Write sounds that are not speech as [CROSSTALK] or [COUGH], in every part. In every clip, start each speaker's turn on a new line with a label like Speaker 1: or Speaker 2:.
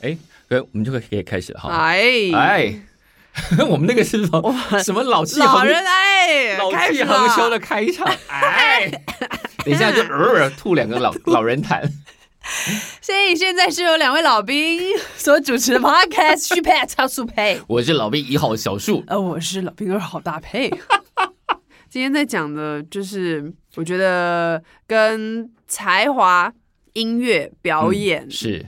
Speaker 1: 哎，对，我们就可以可以开始了哈。
Speaker 2: 哎
Speaker 1: 啊哎， [LAUGHS] 我们那个是什么什么老气
Speaker 2: 老
Speaker 1: 横
Speaker 2: 人哎，
Speaker 1: 老
Speaker 2: 开
Speaker 1: 气
Speaker 2: 始
Speaker 1: 横秋
Speaker 2: 了
Speaker 1: 的开场，哎，等一下就呃吐两个老老人痰。
Speaker 2: 所以现在是由两位老兵所主持的 podcast 续配超速配。
Speaker 1: 我是老兵一号小树，
Speaker 2: 呃，我是老兵二好搭配。 [LAUGHS] 今天在讲的就是，我觉得跟才华、音乐、表演
Speaker 1: 嗯是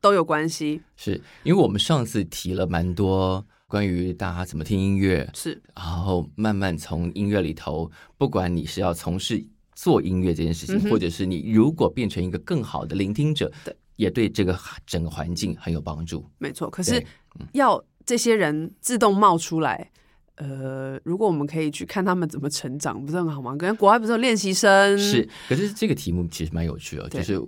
Speaker 2: 都有关系。
Speaker 1: 是，因为我们上次提了蛮多关于大家怎么听音乐，
Speaker 2: 是，
Speaker 1: 然后慢慢从音乐里头，不管你是要从事做音乐这件事情，
Speaker 2: 嗯哼
Speaker 1: 或者是你如果变成一个更好的聆听者
Speaker 2: 对，
Speaker 1: 也对这个整个环境很有帮助。
Speaker 2: 没错。可
Speaker 1: 可
Speaker 2: 是要这些人自动冒出来。呃，如果我们可以去看他们怎么成长，不是很好吗？跟国外不是有练习生
Speaker 1: 是，可是这个题目其实蛮有趣的，就
Speaker 2: 嗯对
Speaker 1: 是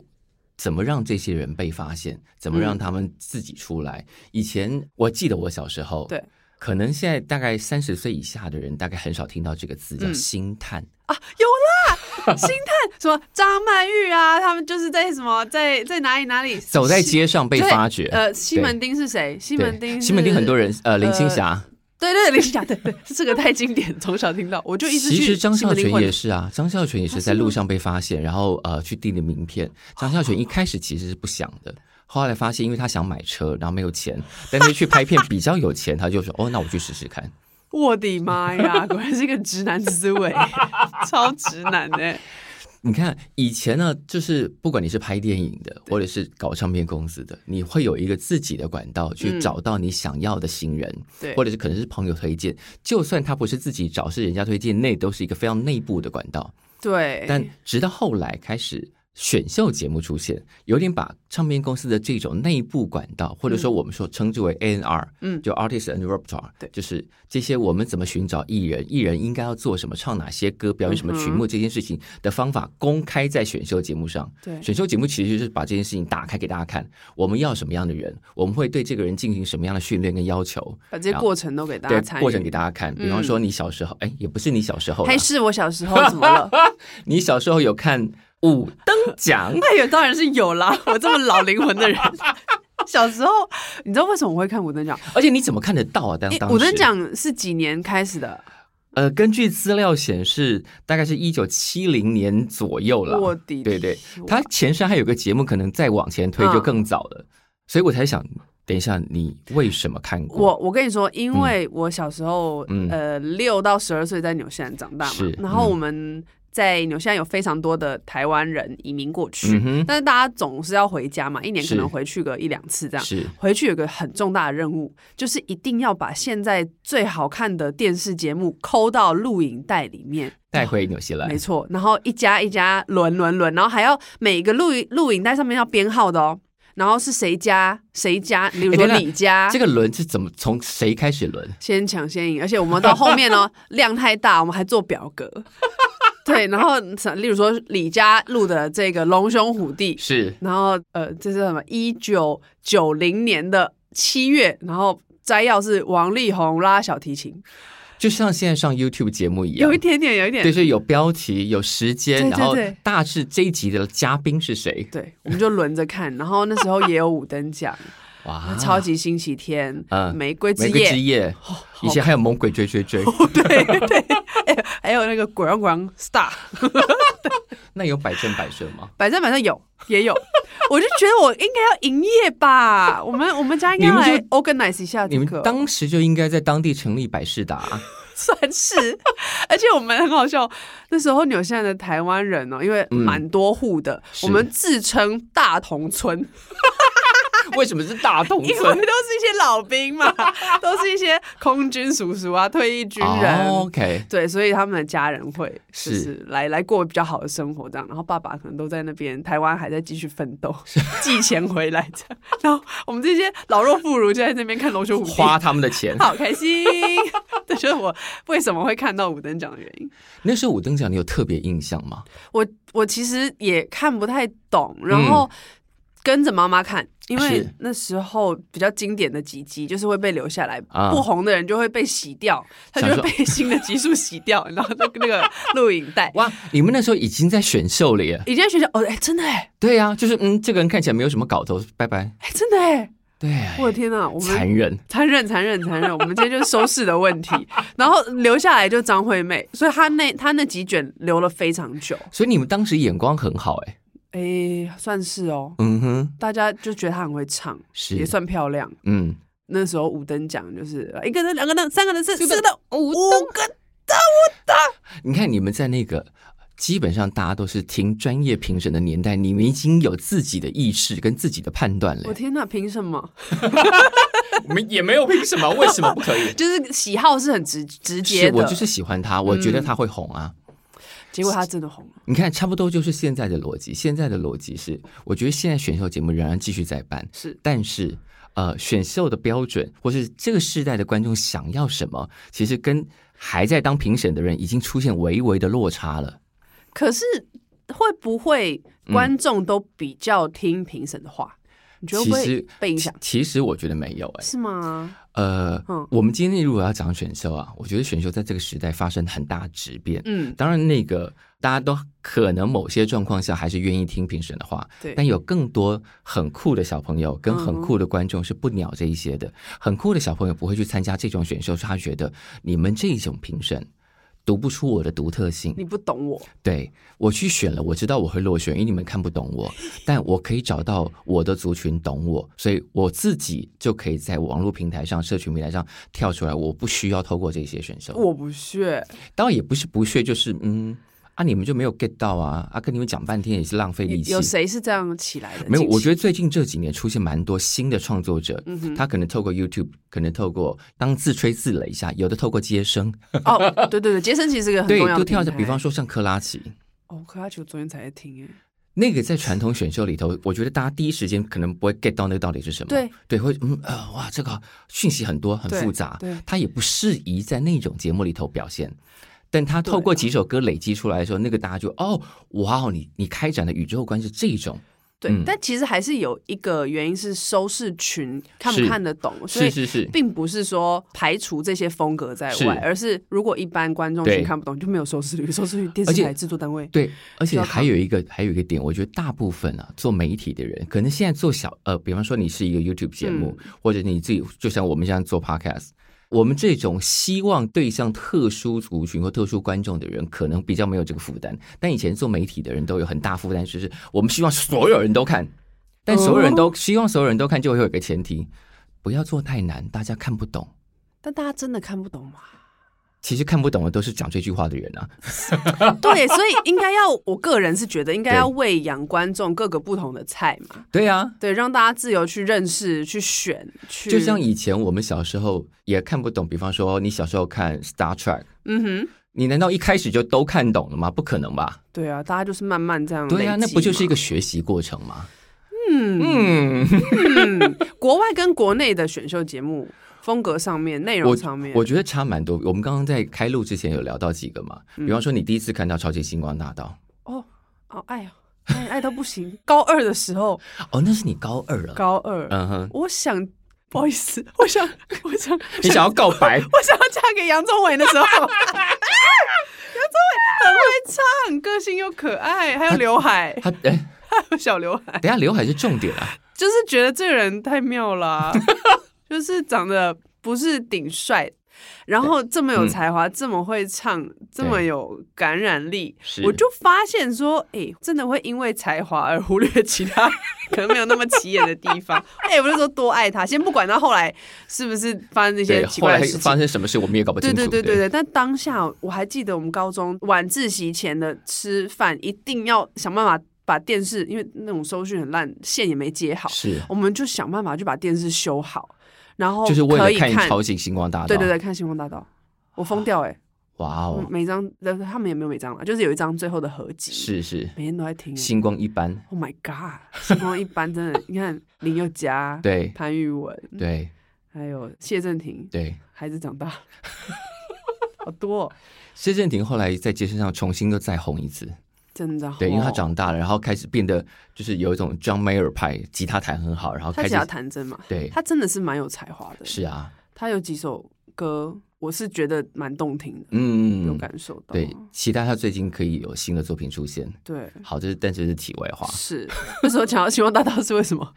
Speaker 1: 怎么让这些人被发现，怎么
Speaker 2: 嗯
Speaker 1: 让他们自己出来。以前我记得我小时候，
Speaker 2: 对。
Speaker 1: 可能现在大概三十岁以下的人，大概很少听到这个字叫“
Speaker 2: 嗯
Speaker 1: 星探”
Speaker 2: 啊，有啦，星探什么张曼玉啊，他们就是在什么在在哪里哪里
Speaker 1: 走在街上被
Speaker 2: 对
Speaker 1: 发掘。
Speaker 2: 呃，西门町是谁？西门町，
Speaker 1: 西门町很多
Speaker 2: 人，
Speaker 1: 人，呃，林青霞，
Speaker 2: 对对，林青霞，对对，这个太经典，从小听到，我就一直去
Speaker 1: 其实张
Speaker 2: 西
Speaker 1: 孝
Speaker 2: 门町
Speaker 1: 全
Speaker 2: 混
Speaker 1: 也是啊，张孝全也
Speaker 2: 啊
Speaker 1: 是
Speaker 2: 是
Speaker 1: 在路
Speaker 2: 吗
Speaker 1: 上被发现，然后呃去递的名片。张孝全一开始其实是不想的，后来发现因为他想买车，然后没有钱，但是去拍片比较有钱，他就说 [LAUGHS] 哦，那我去试试看。
Speaker 2: 我的妈呀，果然是个直男思维，超直男的、
Speaker 1: 你看以前呢，就是不管你是拍电影的，或者是搞唱片公司的，你会有一个自己的管道去
Speaker 2: 嗯
Speaker 1: 找到你想要的新人，
Speaker 2: 对，
Speaker 1: 或者是可能是朋友推荐，就算他不是自己找，是人家推荐，那都是一个非常内部的管道。
Speaker 2: 对，
Speaker 1: 但直到后来开始选秀节目出现，有点把唱片公司的这种内部管道，或者说我们说称之为 ANR，
Speaker 2: 嗯
Speaker 1: 就 Artist and Repertoire，
Speaker 2: 对
Speaker 1: 就是这些我们怎么寻找艺人，艺人应该要做什么，唱哪些歌，表演什么
Speaker 2: 嗯
Speaker 1: 曲目这件事情的方法，公开在选秀节目上。
Speaker 2: 对
Speaker 1: 选秀节目其实就是把这件事情打开给大家看，我们要什么样的人，我们会对这个人进行什么样的训练跟要求，
Speaker 2: 把这些过程都给大
Speaker 1: 对
Speaker 2: 家参与，
Speaker 1: 过程给大家看。比方说你小时候，哎、也不是你小时候啦，
Speaker 2: 嗯还是我小时候怎么了？？
Speaker 1: 你小时候有看五等奖
Speaker 2: [LAUGHS] 哎呦，当然是有啦，我这么老灵魂的人。小时候，你知道为什么我会看《五等奖》？
Speaker 1: 而且你怎么看得到啊？当
Speaker 2: 诶
Speaker 1: 当时
Speaker 2: 五等，奖是几年开始的？
Speaker 1: 呃，根据资料显示，大概是一九七零年左右了。
Speaker 2: 我的
Speaker 1: 对对
Speaker 2: 天，
Speaker 1: 它前身还有个节目，可能再往前推就
Speaker 2: 嗯
Speaker 1: 更早了，所以我才想，等一下你为什么看过？
Speaker 2: 我我跟你说，因为我小时候，
Speaker 1: 嗯
Speaker 2: 呃，六到十二岁在纽西兰长大嘛
Speaker 1: 是，
Speaker 2: 然后
Speaker 1: 嗯
Speaker 2: 我们在纽西兰有非常多的台湾人移民过去，
Speaker 1: 嗯哼，
Speaker 2: 但是大家总是要回家嘛，一年可
Speaker 1: 是
Speaker 2: 能回去个一两次这样。
Speaker 1: 是
Speaker 2: 回去有个很重大的任务，就是一定要把现在最好看的电视节目抠到录影带里面，
Speaker 1: 带回纽西兰
Speaker 2: 没，错，然后一家一家轮轮轮，然后还要每个录影录影带上面要编号的哦，然后是谁家谁家，比如
Speaker 1: 诶
Speaker 2: 说
Speaker 1: 哎等等
Speaker 2: 李家。
Speaker 1: 这个轮是怎么从谁开始轮？
Speaker 2: 先抢先赢，而且我们到后面
Speaker 1: [LAUGHS]
Speaker 2: 呢量太大，我们还做表格。对，然后例如说李家录的这个《龙兄虎弟》，
Speaker 1: 是
Speaker 2: 然后呃，这是什么？一九九零年的七月，然后摘要是王力宏拉小提琴，
Speaker 1: 就像现在上 YouTube 节目一样
Speaker 2: 有一。点点，有一点
Speaker 1: 就，是有标题、有时间，
Speaker 2: 对对
Speaker 1: 然后
Speaker 2: 对
Speaker 1: 大致这一集的嘉宾是谁？
Speaker 2: 对，我们就轮着看。然后那时候也有五
Speaker 1: [LAUGHS]
Speaker 2: 等奖，
Speaker 1: 哇，
Speaker 2: 超级星期天，
Speaker 1: 嗯
Speaker 2: 玫瑰之
Speaker 1: 啊玫瑰之
Speaker 2: 夜，
Speaker 1: 夜，以前还有猛鬼追追追，
Speaker 2: [LAUGHS] 对对，哎还有那个滚滚滚 star，
Speaker 1: 那有百战百胜吗？
Speaker 2: 百战百胜有也有， [LAUGHS] 我就觉得我应该要营业吧，我们我们家应该
Speaker 1: 你
Speaker 2: 要
Speaker 1: 们就
Speaker 2: 来 organize 一下
Speaker 1: 你
Speaker 2: 这
Speaker 1: 们
Speaker 2: 个，
Speaker 1: 当时就应该在当地成立百事达、
Speaker 2: [LAUGHS]
Speaker 1: 啊
Speaker 2: 算是，而且我们很好笑，那时候纽西兰的台湾人哦，因为
Speaker 1: 嗯
Speaker 2: 蛮多户的，
Speaker 1: 是
Speaker 2: 我们自称大同村。
Speaker 1: 为什么是大同
Speaker 2: 因为都是？一些老
Speaker 1: [LAUGHS]
Speaker 2: 兵嘛，都是一些空军叔叔啊、退役军人。
Speaker 1: o
Speaker 2: [LAUGHS]
Speaker 1: k
Speaker 2: 对，所以他们的家人会
Speaker 1: 是
Speaker 2: 就是来来过比较好的生活这样，然后爸爸可能都在那边台湾还在继续奋斗，寄钱回来这样，然后我们这些老弱妇孺就在那边看《龙兄虎弟》，。
Speaker 1: 花他们的钱
Speaker 2: 好开心。这就是我为什么会看到五等奖的原因。
Speaker 1: 那时候五等奖你有特别印象吗？
Speaker 2: [LAUGHS] 我我其实也看不太懂，然后跟着妈妈看，因为
Speaker 1: 是
Speaker 2: 那时候比较经典的几集就是会被留下来，
Speaker 1: 啊
Speaker 2: 不红的人就会被洗掉，他就
Speaker 1: 想
Speaker 2: 会
Speaker 1: 说
Speaker 2: 被新的集数洗掉，然后那个那个录影带。
Speaker 1: 哇，你们那时候已经在选秀了耶！啊
Speaker 2: 以前学校哦，哎、真的哎、
Speaker 1: 对呀、就是嗯，这个人看起来没有什么搞头，拜拜。
Speaker 2: 哎、真的哎、
Speaker 1: 对，
Speaker 2: 我的天哪，我们
Speaker 1: 残忍。
Speaker 2: 残忍残忍残忍，我们今天就是收视的问 [LAUGHS] 题，然后留下来就张惠妹，所以她那她那几卷留了非常久，
Speaker 1: 所以你们当时眼光很好、欸，哎，
Speaker 2: 哎、算是哦，
Speaker 1: 嗯哼，
Speaker 2: 大家就觉得她很会唱，也
Speaker 1: 是，
Speaker 2: 算漂亮。
Speaker 1: 嗯，
Speaker 2: 那时候五等奖就是一个灯、两个灯、三个灯、四四个灯、
Speaker 1: 五
Speaker 2: 五个
Speaker 1: 你看你们在那个基本上大家都是听专业评审的年代，你们已经有自己的意识跟自己的判断了
Speaker 2: 我。天哪，凭什么？
Speaker 1: [LAUGHS] 我们也没有凭什么，为什么不可以？
Speaker 2: 就是喜好是很直直
Speaker 1: [LAUGHS]
Speaker 2: 接
Speaker 1: 是
Speaker 2: 的，
Speaker 1: 我就是喜欢他，我觉得他会红啊。
Speaker 2: 结果他真的红了。
Speaker 1: 你看，差不多就是现在的逻辑。现在的逻辑是，我觉得现在选秀节目仍然继续在办，
Speaker 2: 是
Speaker 1: 但是。呃，选秀的标准，或是这个世代的观众想要什么，其实跟还在当评审的人已经出现微微的落差了。
Speaker 2: 可是会不会观众都比较听评审的话？你觉得会不
Speaker 1: 其实
Speaker 2: 会被影响？
Speaker 1: 其实我觉得没有、哎，
Speaker 2: 是吗？
Speaker 1: 呃，
Speaker 2: 嗯
Speaker 1: 我们今天如果要讲选秀啊，我觉得选秀在这个时代发生很大质变。
Speaker 2: 嗯，
Speaker 1: 当然，那个大家都可能某些状况下还是愿意听评审的话，
Speaker 2: 对
Speaker 1: 但有更多很酷的小朋友跟
Speaker 2: 嗯
Speaker 1: 很
Speaker 2: 哼
Speaker 1: 酷的观众是不鸟这一些
Speaker 2: 嗯
Speaker 1: 的。很酷的小朋友不会去参加这种选秀，是他觉得你们这种评审读不出我的独特性。
Speaker 2: 你不懂我，
Speaker 1: 对我去选了，我知道我会落选，因为你们看不懂我，但我可以找到我的族群懂我，所以我自己就可以在网络平台上、社群平台上跳出来，我不需要透过这些选手。
Speaker 2: 我不屑。
Speaker 1: 当然也不是不屑，就是嗯啊，你们就没有 get 到啊啊，跟你们讲半天也是浪费力气。
Speaker 2: 有谁是这样起来的？
Speaker 1: 没有，我觉
Speaker 2: 得
Speaker 1: 得最近这几年出现蛮多新的创作者，
Speaker 2: 嗯
Speaker 1: 他可能透过 YouTube，可能透过当自吹自擂一下，有的透过接生，
Speaker 2: 哦，对对对，杰森其实是个很
Speaker 1: 对
Speaker 2: 重要，
Speaker 1: 都
Speaker 2: 的
Speaker 1: 跳
Speaker 2: 平
Speaker 1: 着，
Speaker 2: 台
Speaker 1: 比方说像克拉奇，
Speaker 2: 哦，可他球昨天才在听哎，
Speaker 1: 那个在传统选秀里头，我觉得大家第一时间可能不会 get 到那个到底是什么，
Speaker 2: 对
Speaker 1: 会嗯呃哇，这个讯息很多很
Speaker 2: 对
Speaker 1: 复杂
Speaker 2: 对，
Speaker 1: 他也不适宜在那种节目里头表现。但他透
Speaker 2: 对
Speaker 1: 过几首歌累积出来的时候，那个大家就哦哇哦，你你开展的宇宙观是这种，
Speaker 2: 对，
Speaker 1: 嗯
Speaker 2: 但其实还是有一个原因是收视群看不
Speaker 1: 是
Speaker 2: 看得懂，所
Speaker 1: 是
Speaker 2: 以
Speaker 1: 是是，
Speaker 2: 并不是说排除这些风格在
Speaker 1: 是
Speaker 2: 外，而是如果一般观众
Speaker 1: 对
Speaker 2: 群看不懂，就没有收视率，收视率电视
Speaker 1: 而且
Speaker 2: 台制作单位
Speaker 1: 对，而
Speaker 2: 就
Speaker 1: 且
Speaker 2: 要
Speaker 1: 还有一个还有一个点，我觉得大部分啊做媒体的人，可能现在做小呃，比方说你是一个 YouTube 节目，或者你自己就像我们现在做 Podcast，我们这种希望对象特殊族群或特殊观众的人，可能比较没有这个负担。但以前做媒体的人都有很大负担，就是我们希望所有人都看，但所有人都、希望所有人都看，就会有一个前提，不要做太难，大家看不懂。
Speaker 2: 但大家真的看不懂吗？
Speaker 1: 其实看不懂的都是讲这句话的人啊，
Speaker 2: 对，所以应该要，我个人是觉得应该
Speaker 1: 对
Speaker 2: 要喂养观众各个不同的菜嘛，
Speaker 1: 对啊，
Speaker 2: 对，让大家自由去认识、去选、去，
Speaker 1: 就像以前我们小时候也看不懂，比方说你小时候看 Star Trek，
Speaker 2: 嗯哼，
Speaker 1: 你难道一开始就都看懂了吗？不可能吧？
Speaker 2: 对啊，大家就是慢慢这样，
Speaker 1: 对啊呀、那不就是一个？学习过程吗？嗯
Speaker 2: 嗯，国外跟国内的选秀节目风格上面、内容上面，
Speaker 1: 我觉得差蛮多。我们刚刚在开录之前有聊到几个嘛，比方说你第一次看到《超级星光大道
Speaker 2: 哦哦，爱呀，爱爱到不行。高二的时候，》，
Speaker 1: 哦，那是你高二了，
Speaker 2: 高二，
Speaker 1: 嗯哼，
Speaker 2: 我想，不好意思，我想，我想，
Speaker 1: 你想要告 [LAUGHS] 白
Speaker 2: [LAUGHS] 我想要嫁给杨宗纬的时候， [LAUGHS] 杨宗纬很会唱，个性又可爱，还有刘海， [LAUGHS]
Speaker 1: 他？哎，
Speaker 2: 还有小刘海，
Speaker 1: 等一下刘海是重点啊，
Speaker 2: 就是觉得这个人太妙了啊、 [LAUGHS] 就是长得不是顶帅。然后这么有才华，这么会唱，这么有感染力，
Speaker 1: 是
Speaker 2: 我就发现说，哎、真的会因为才华而忽略其他 [LAUGHS] 可能没有那么起眼的地方。哎、我就说多爱他，先不管他后来是不是发生这些
Speaker 1: 对，
Speaker 2: 奇
Speaker 1: 后
Speaker 2: 怪
Speaker 1: 来
Speaker 2: 的事情
Speaker 1: 发，生什么事我们也搞不清
Speaker 2: 对
Speaker 1: 楚，
Speaker 2: 对对对对，但当下我还记得我们高中晚自习前的吃饭，一定要想办法把电视，因为那种收讯很烂，线也没接好，
Speaker 1: 是
Speaker 2: 我们就想办法去把电视修好，然后
Speaker 1: 就是为
Speaker 2: 可以
Speaker 1: 了
Speaker 2: 看
Speaker 1: 哦看《超级星光大道》，
Speaker 2: 对对，对，看《星光大道》，我疯掉哎、欸
Speaker 1: 哇哦
Speaker 2: 嗯，每张呃他们也没有每张啦，就是有一张最后的合集，
Speaker 1: 是是，
Speaker 2: 每天都在听、欸。
Speaker 1: 星光一般。
Speaker 2: Oh my god！星光一般真的，你看林宥嘉、
Speaker 1: [LAUGHS] 对
Speaker 2: 潘玉文，
Speaker 1: 对
Speaker 2: 还有谢震廷，
Speaker 1: 对，
Speaker 2: 孩子长大， [LAUGHS] 好多哦、
Speaker 1: 谢振廷后来在街身上重新又再红一次，
Speaker 2: 真的、
Speaker 1: 对，因为他
Speaker 2: 哦
Speaker 1: 长大了，然后开始变得就是有一种 John Mayer 派，吉他弹很好，然后
Speaker 2: 他
Speaker 1: 开
Speaker 2: 只
Speaker 1: 始
Speaker 2: 要弹真嘛，
Speaker 1: 对
Speaker 2: 他真的是蛮有才华的。
Speaker 1: 是啊，
Speaker 2: 他有几首歌，我是觉得蛮动听的，
Speaker 1: 嗯，
Speaker 2: 有感哦受到。
Speaker 1: 对，期待他最近可以有新的作品出现。
Speaker 2: 对
Speaker 1: 好，这是但这是题外话，
Speaker 2: 是那时候讲到星光大道是为什么？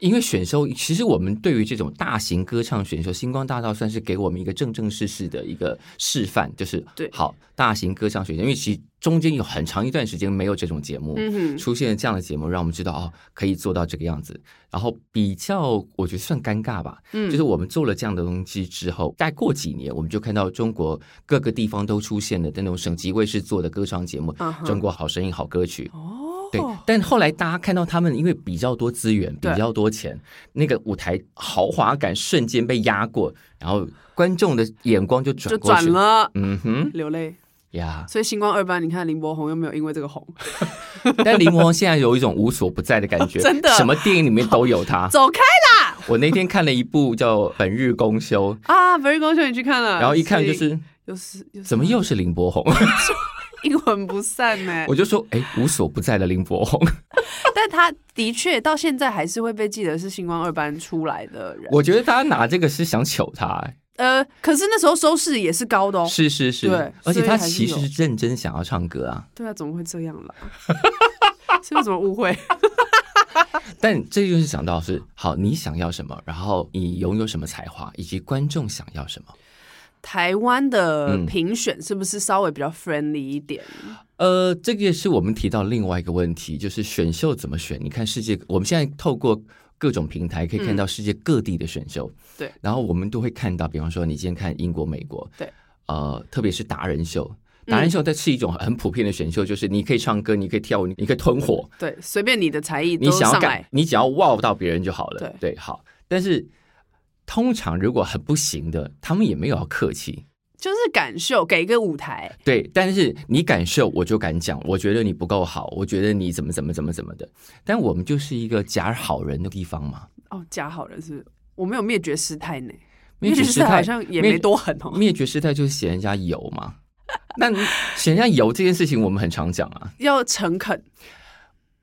Speaker 1: 因为选秀其实我们对于这种大型歌唱选秀，《星光大道》算是给我们一个正正式式的一个示范，就是
Speaker 2: 对
Speaker 1: 好大型歌唱选秀，因为其实中间有很长一段时间没有这种节目，
Speaker 2: 嗯哼，
Speaker 1: 出现这样的节目，让我们知道哦，可以做到这个样子。然后比较，我觉得算尴尬吧，
Speaker 2: 嗯
Speaker 1: 就是我们做了这样的东西之后，再过几年，我们就看到中国各个地方都出现了那种省级卫视做的歌唱节目，
Speaker 2: 啊哈
Speaker 1: 中国好声音》好歌曲。
Speaker 2: 哦，
Speaker 1: 对，但后来大家看到他们，因为比较多资源、比
Speaker 2: 对
Speaker 1: 较多钱，那个舞台豪华感瞬间被压过，然后观众的眼光就转
Speaker 2: 就
Speaker 1: 过去
Speaker 2: 转。了，
Speaker 1: 嗯哼
Speaker 2: 流泪。
Speaker 1: 呀，
Speaker 2: 所以星光二班，你看林柏宏又没有因为这个红，
Speaker 1: 但林柏宏现在有一种无所不在的感觉，
Speaker 2: [LAUGHS] 真的
Speaker 1: 什么电影里面都有他。
Speaker 2: 走开啦！
Speaker 1: [LAUGHS] 我那天看了一部叫《本日公休》，
Speaker 2: 啊，Very 高秀你去看了，
Speaker 1: 然后一看就
Speaker 2: 所以
Speaker 1: 是
Speaker 2: 嗯又是又是
Speaker 1: 怎么又是林柏宏， [LAUGHS]
Speaker 2: 阴魂不散呢、
Speaker 1: 我就说哎，无所不在的林柏宏。 [LAUGHS]
Speaker 2: 但他的确到现在还是会被记得是星光二班出来的人。
Speaker 1: 我觉得大家拿这个是想糗他，哎
Speaker 2: 呃，可是那时候收视也是高的哦。
Speaker 1: 是是是
Speaker 2: 对，
Speaker 1: 而且
Speaker 2: 所以还
Speaker 1: 他
Speaker 2: 是
Speaker 1: 其实
Speaker 2: 有
Speaker 1: 是认真想要唱歌啊。
Speaker 2: 对啊，怎么会这样啦？ [LAUGHS] 是不是怎么误会？
Speaker 1: 但这就是想到是好，你想要什么，然后你拥有什么才华，以及观众想要什么。
Speaker 2: 台湾的
Speaker 1: 嗯
Speaker 2: 评选是不是稍微比较 friendly 一点？
Speaker 1: 呃，这个也是我们提到另外一个问题，就是选秀怎么选？你看世界，我们现在透过各种平台可以看到世界各地的选秀，
Speaker 2: 对
Speaker 1: 然后我们都会看到，比方说你今天看英国、美国，
Speaker 2: 对，
Speaker 1: 呃，特别是达人秀。达人秀它是一种很普遍的选秀，就是你可以唱歌，你可以跳舞，你可以吞火，
Speaker 2: 对，随便你的才艺
Speaker 1: 你
Speaker 2: 都
Speaker 1: 想要
Speaker 2: 上
Speaker 1: 干
Speaker 2: 来，。
Speaker 1: 你只要 wow 到别人就好了。
Speaker 2: 对
Speaker 1: 好。但是通常如果很不行的，他们也没有要客气。
Speaker 2: 就是感受，给一个舞台。
Speaker 1: 对，但是你敢秀，我就敢讲。我觉得你不够好，我觉得你怎么怎么怎么怎么的。但我们就是一个假好人的地方嘛。
Speaker 2: 哦，假好人是不是我没有灭绝师太呢，
Speaker 1: 灭绝
Speaker 2: 师
Speaker 1: 师太
Speaker 2: 好像也没多狠哦。
Speaker 1: 灭绝师太就是嫌人家油嘛。那嫌人家油这件事情，我们很常讲啊。
Speaker 2: 要诚恳，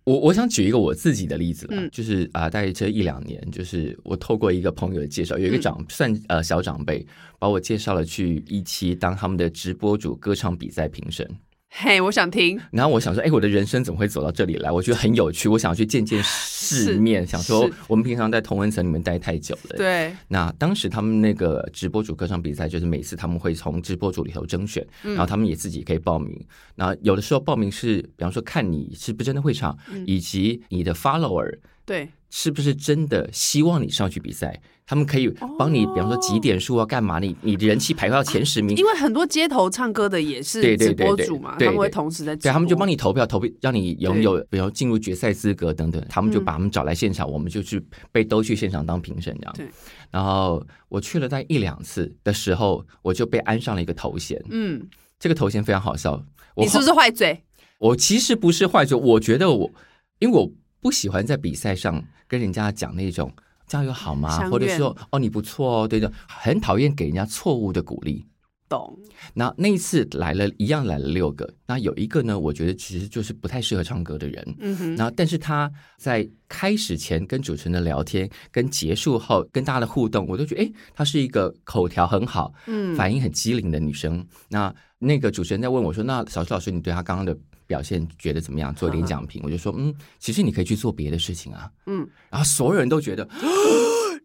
Speaker 1: 我我想举一个我自己的例子啦，
Speaker 2: 嗯
Speaker 1: 就是啊、大概这一两年，就是我透过一个朋友的介绍，有一个
Speaker 2: 嗯
Speaker 1: 长、算呃小长辈，把我介绍了去一期当他们的直播主歌唱比赛评审。
Speaker 2: 嘿，我想听。
Speaker 1: 然后我想说，哎，我的人生怎么会走到这里来？我觉得很有趣，我想要去见见世面。想说
Speaker 2: 是
Speaker 1: 我们平常在同温层里面待太久了，
Speaker 2: 对，
Speaker 1: 那当时他们那个直播主歌唱比赛，就是每次他们会从直播主里头征选，
Speaker 2: 嗯
Speaker 1: 然后他们也自己可以报名。那有的时候报名是，比方说看你是不是真的会唱，
Speaker 2: 嗯
Speaker 1: 以及你的 follower
Speaker 2: 对，
Speaker 1: 是不是真的希望你上去比赛，他们可以帮你，
Speaker 2: 哦
Speaker 1: 比方说几点数啊，干嘛你你人气排到前十名。
Speaker 2: 因为很多街头唱歌的也是
Speaker 1: 对对
Speaker 2: 直
Speaker 1: 对
Speaker 2: 播
Speaker 1: 对
Speaker 2: 主嘛，
Speaker 1: 对
Speaker 2: 他们会
Speaker 1: 对
Speaker 2: 同时在直播，
Speaker 1: 对，他们就帮你投票，投票让你拥有，比如进入决赛资格等等，他
Speaker 2: 嗯
Speaker 1: 们就把他们找来现场，我们就去被都去现场当评审这样。
Speaker 2: 对，
Speaker 1: 然后我去了大概一两次的时候，我就被安上了一个头衔，
Speaker 2: 嗯，
Speaker 1: 这个头衔非常好笑。我
Speaker 2: 你是不
Speaker 1: 后
Speaker 2: 是坏嘴？
Speaker 1: 我其实不是坏嘴，我觉得我因为我不喜欢在比赛上跟人家讲那种加油好吗，
Speaker 2: 相
Speaker 1: 或者
Speaker 2: 怨
Speaker 1: 说哦你不错哦，对的，很讨厌给人家错误的鼓励。
Speaker 2: 懂，
Speaker 1: 那那一次来了一样来了六个，那有一个呢，我觉得其实就是不太适合唱歌的人。
Speaker 2: 嗯哼，
Speaker 1: 那但是他在开始前跟主持人的聊天，跟结束后跟大家的互动，我都觉得，哎，她是一个口条很好、
Speaker 2: 嗯，
Speaker 1: 反应很机灵的女生。那那个主持人在问我说：“那小石老师，你对她刚刚的表现觉得怎么样？做一 [LAUGHS] 点讲评。”我就说：“嗯，其实你可以去做别的事情啊。”
Speaker 2: 嗯，
Speaker 1: 然后所有人都 [GASPS] 觉得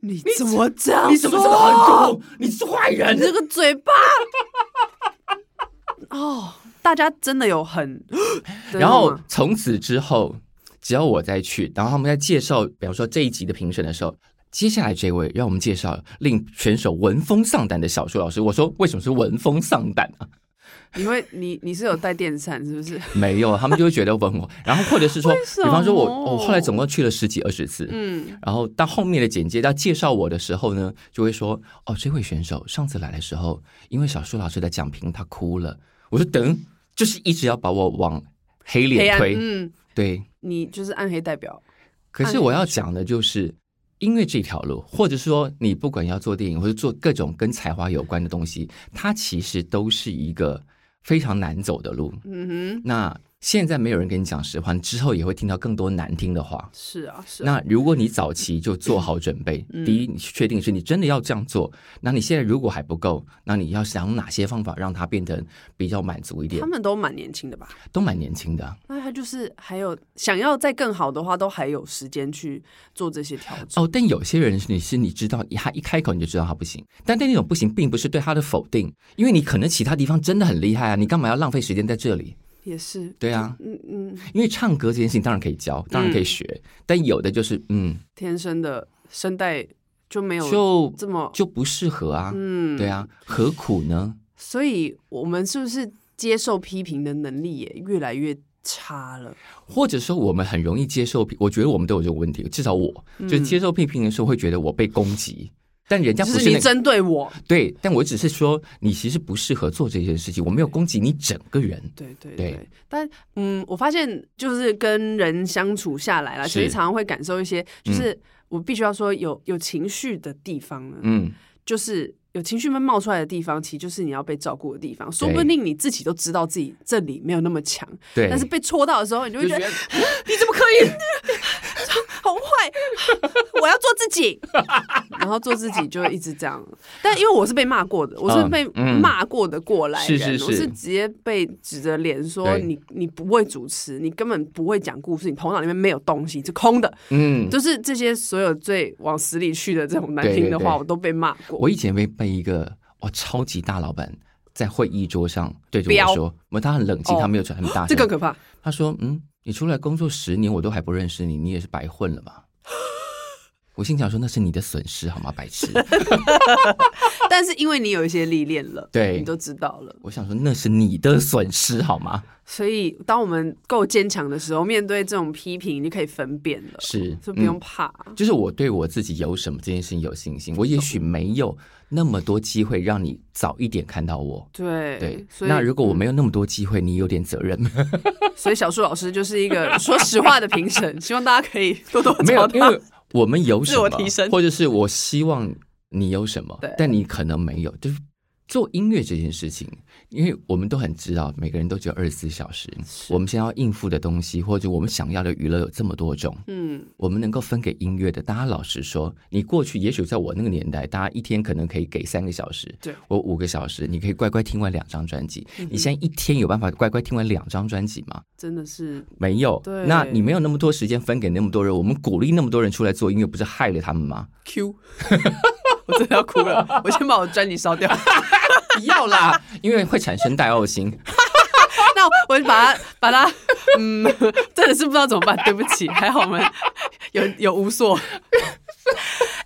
Speaker 2: 你怎么这样？
Speaker 1: 你怎么这么狠毒？你是坏人
Speaker 2: 你！
Speaker 1: [LAUGHS]
Speaker 2: 这个嘴巴。哦，大家真的有
Speaker 1: [GASPS]
Speaker 2: 很，真的
Speaker 1: 然后
Speaker 2: 吗
Speaker 1: 从此之后，只要我再去，然后他们在介绍，比方说这一集的评审的时候，接下来这位让我们介绍令选手闻风丧胆的小树老师。我说为什么是闻风丧胆啊？
Speaker 2: 你会你你是有带电扇是不是？
Speaker 1: 没有，他们就会觉得闻
Speaker 2: [LAUGHS]
Speaker 1: 我。然后或者是说，
Speaker 2: 什
Speaker 1: 比
Speaker 2: 么
Speaker 1: 方说我我后来总共去了十几二十次。
Speaker 2: 嗯，
Speaker 1: 然后到后面的简介到介绍我的时候呢，就会说哦，这位选手上次来的时候，因为小树老师的讲评，他哭了。我说等，就是一直要把我往黑
Speaker 2: 黑
Speaker 1: 脸
Speaker 2: 暗，
Speaker 1: 推，
Speaker 2: 嗯，
Speaker 1: 对。
Speaker 2: 你就是暗黑代表，
Speaker 1: 可是我
Speaker 2: 哎
Speaker 1: 要讲的就是，因为这条路，或者说你不管要做电影，或者做各种跟才华有关的东西，它其实都是一个非常难走的路。
Speaker 2: [LAUGHS] 嗯哼，
Speaker 1: 那现在没有人跟你讲实话，你之后也会听到更多难听的话。
Speaker 2: 是啊，是嗯啊，
Speaker 1: 那如果你早期就做好准备，第一，你确定是你真的要这样做，那你现在如果还不够，那你要想哪些方法让它变得比较满足一点
Speaker 2: 他，们都蛮年轻的吧？
Speaker 1: 都蛮年轻的啊、
Speaker 2: 那他就是还有想要再更好的话，都还有时间去做这些调整。
Speaker 1: 哦，但有些人是你是你知道，他一开口你就知道他不行，但对那种不行，并不是对他的否定，因为你可能其他地方真的很厉害啊，你干嘛要浪费时间在这里？
Speaker 2: 也是，
Speaker 1: 对啊，
Speaker 2: 嗯嗯，
Speaker 1: 因为唱歌这件事情当然可以教，当然可以学，但有的就是嗯，
Speaker 2: 天生的声带就没有
Speaker 1: 就
Speaker 2: 这么，
Speaker 1: 就不适合啊，
Speaker 2: 嗯，
Speaker 1: 对。啊，何苦呢？
Speaker 2: 所以我们是不是接受批评的能力也越来越差了？
Speaker 1: 或者说我们很容易接受批，我觉得我们都有这个问题，至少我
Speaker 2: 嗯
Speaker 1: 就是接受批评的时候会觉得我被攻击，但人家
Speaker 2: 就
Speaker 1: 不
Speaker 2: 是
Speaker 1: 是
Speaker 2: 你
Speaker 1: 那个
Speaker 2: 针对我，
Speaker 1: 对，但我只是说你其实不适合做这件事情，我没有攻击你整个人。
Speaker 2: 对对
Speaker 1: 对
Speaker 2: 对，但嗯，我发现就是跟人相处下来了，
Speaker 1: 是嗯
Speaker 2: 其实常常会感受一些，就是我必须要说有有情绪的地方呢，
Speaker 1: 嗯，
Speaker 2: 就是有情绪们冒出来的地方，其实就是你要被照顾的地方。说不定你自己都知道自己这里没有那么强，
Speaker 1: 对。
Speaker 2: 但是被戳到的时候，你就会
Speaker 1: 就
Speaker 2: 觉
Speaker 1: 觉
Speaker 2: 得
Speaker 1: 得
Speaker 2: 你怎么可以，好坏， [LAUGHS] 我要做自己， [LAUGHS] 然后做自己就一直这样。但因为我是被骂过的，我是被
Speaker 1: 嗯
Speaker 2: 骂过的过来
Speaker 1: 是
Speaker 2: 人，
Speaker 1: 是是
Speaker 2: 我是直接被指着脸说
Speaker 1: 对
Speaker 2: 你你不会主持，你根本不会讲故事，你头脑里面没有东西，是空的。
Speaker 1: 嗯，
Speaker 2: 就是这些所有最往死里去的这种难听
Speaker 1: 对对
Speaker 2: 的话，
Speaker 1: 对
Speaker 2: 我都被骂过。
Speaker 1: 我以前被被一个哦超级大老板在会议桌上对着
Speaker 2: 彪
Speaker 1: 我说，我他很冷静，
Speaker 2: 哦
Speaker 1: 他没有转很大声，
Speaker 2: 这更可怕。
Speaker 1: 他说嗯，你出来工作十年，我都还不认识你，你也是白混了
Speaker 2: [LAUGHS]
Speaker 1: 吧？我心想说那是你的损失好吗，白痴。 [LAUGHS]
Speaker 2: 但是因为你有一些历练了，
Speaker 1: 对
Speaker 2: 你都知道了，
Speaker 1: 我想说那是你的损失好吗？
Speaker 2: [LAUGHS] 所以当我们够坚强的时候，面对这种批评，你就可以分辨了，
Speaker 1: 是，嗯
Speaker 2: 就不用怕。
Speaker 1: 就是我对我自己有什么这件事情有信心，我也许没有那么多机会让你早一点看到我。
Speaker 2: 对
Speaker 1: 对，
Speaker 2: 所以嗯
Speaker 1: 那如果我没有那么多机会，你有点责任。
Speaker 2: 所以小树老师就是
Speaker 1: [LAUGHS]
Speaker 2: 一个说实话的评审，希望大家可以多多
Speaker 1: 没
Speaker 2: 找
Speaker 1: 有，因
Speaker 2: 他
Speaker 1: 为。我们有什
Speaker 2: 自我
Speaker 1: 么
Speaker 2: 提升，
Speaker 1: 或者是我希望你有什么
Speaker 2: 对，
Speaker 1: 但你可能没有。就是做音乐这件事情，因为我们都很知道，每个人都只有二十四小时，我们现在要应付的东西，或者我们想要的娱乐有这么多种。
Speaker 2: 嗯，
Speaker 1: 我们能够分给音乐的，大家老实说，你过去也许在我那个年代，大家一天可能可以给三个小时，
Speaker 2: 对嗯
Speaker 1: 我五个小时，你可以乖乖听完两张专辑。你现在一天有办法乖乖听完两张专辑吗？
Speaker 2: 真的是
Speaker 1: 没有
Speaker 2: 对。
Speaker 1: 那你没有那么多时间分给那么多人，我们鼓励那么多人出来做音乐，不是害了他们
Speaker 2: [LAUGHS]
Speaker 1: 吗？ [LAUGHS]
Speaker 2: Q，我真的要哭了，我先把我专辑烧掉。
Speaker 1: 不要啦，因为会产生代奥
Speaker 2: [LAUGHS]
Speaker 1: 心。
Speaker 2: 那我就把它把它， [LAUGHS] 嗯，真的是不知道怎么办，对不起，还好我们有有无所。 [LAUGHS]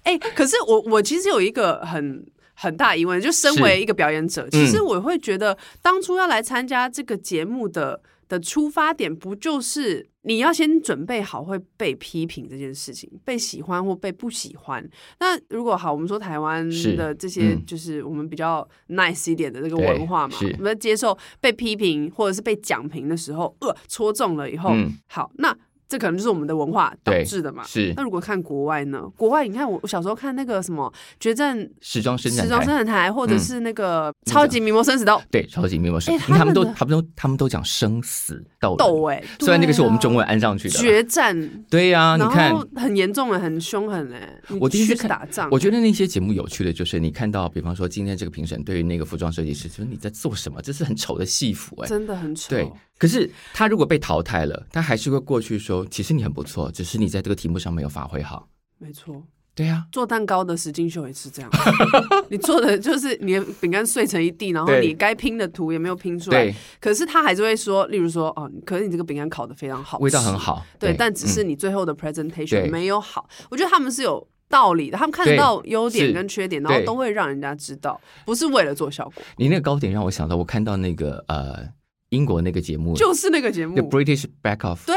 Speaker 2: 哎、可是我我其实有一个很很大疑问，就身为一个表演者，
Speaker 1: 嗯
Speaker 2: 其实我会觉得当初要来参加这个节目的的出发点，不就是你要先准备好会被批评这件事情，被喜欢或被不喜欢。那如果好，我们说台湾
Speaker 1: 是
Speaker 2: 的这些
Speaker 1: 嗯
Speaker 2: 就是我们比较 nice 一点的这个
Speaker 1: 对
Speaker 2: 文化嘛，
Speaker 1: 是
Speaker 2: 我们在接受被批评或者是被讲评的时候，呃，戳中了以后，
Speaker 1: 嗯
Speaker 2: 好，那这可能就是我们的文化导
Speaker 1: 对
Speaker 2: 致的嘛。
Speaker 1: 是
Speaker 2: 那如果看国外呢？国外你看我我小时候看那个什么《决战
Speaker 1: 时装伸
Speaker 2: 时
Speaker 1: 展
Speaker 2: 装生
Speaker 1: 台，嗯
Speaker 2: 产台》，或者是那个《超级名模生死斗
Speaker 1: 对，超级面包师，
Speaker 2: 哎
Speaker 1: 你看
Speaker 2: 他
Speaker 1: 他
Speaker 2: 们
Speaker 1: 们都
Speaker 2: 的
Speaker 1: 他们都他们都讲生死斗》
Speaker 2: 斗
Speaker 1: 人
Speaker 2: 哎，
Speaker 1: 虽然那个是我们中
Speaker 2: 文
Speaker 1: 文安上去的。
Speaker 2: 决战，
Speaker 1: 对呀、你
Speaker 2: 然
Speaker 1: 看
Speaker 2: 后很严重哎，很凶狠哎，你
Speaker 1: 我第一次
Speaker 2: 去
Speaker 1: 看
Speaker 2: 打仗，
Speaker 1: 我觉得那些节目有趣的就是，你看到，比方说今天这个评审对于那个服装设计师，就是你在做什么？这是很丑的戏服、哎，
Speaker 2: 真的很丑。
Speaker 1: 对。可是他如果被淘汰了，他还是会过去说，其实你很不错，只是你在这个题目上没有发挥好。
Speaker 2: 没错。
Speaker 1: 对呀、
Speaker 2: 做蛋糕的石金秀也是这样，你做的就是你的饼干碎成一地，然后
Speaker 1: 对
Speaker 2: 你该拼的图也没有拼出来
Speaker 1: 对，，
Speaker 2: 可是他还是会说，例如说，哦，可是你这个饼干烤的非常好，
Speaker 1: 味道很。好。嗯
Speaker 2: 对，但只是你最后的
Speaker 1: 对
Speaker 2: presentation 没有好。我觉得他们是有道理的，他们看得到优点
Speaker 1: 是
Speaker 2: 跟缺点，
Speaker 1: 对
Speaker 2: 然后都会让人家知道，不是为了做效果，
Speaker 1: 你那个高点让我想到，我看到那个呃英国那个节目，
Speaker 2: 就是那个节目
Speaker 1: The。British Back Off，
Speaker 2: 对，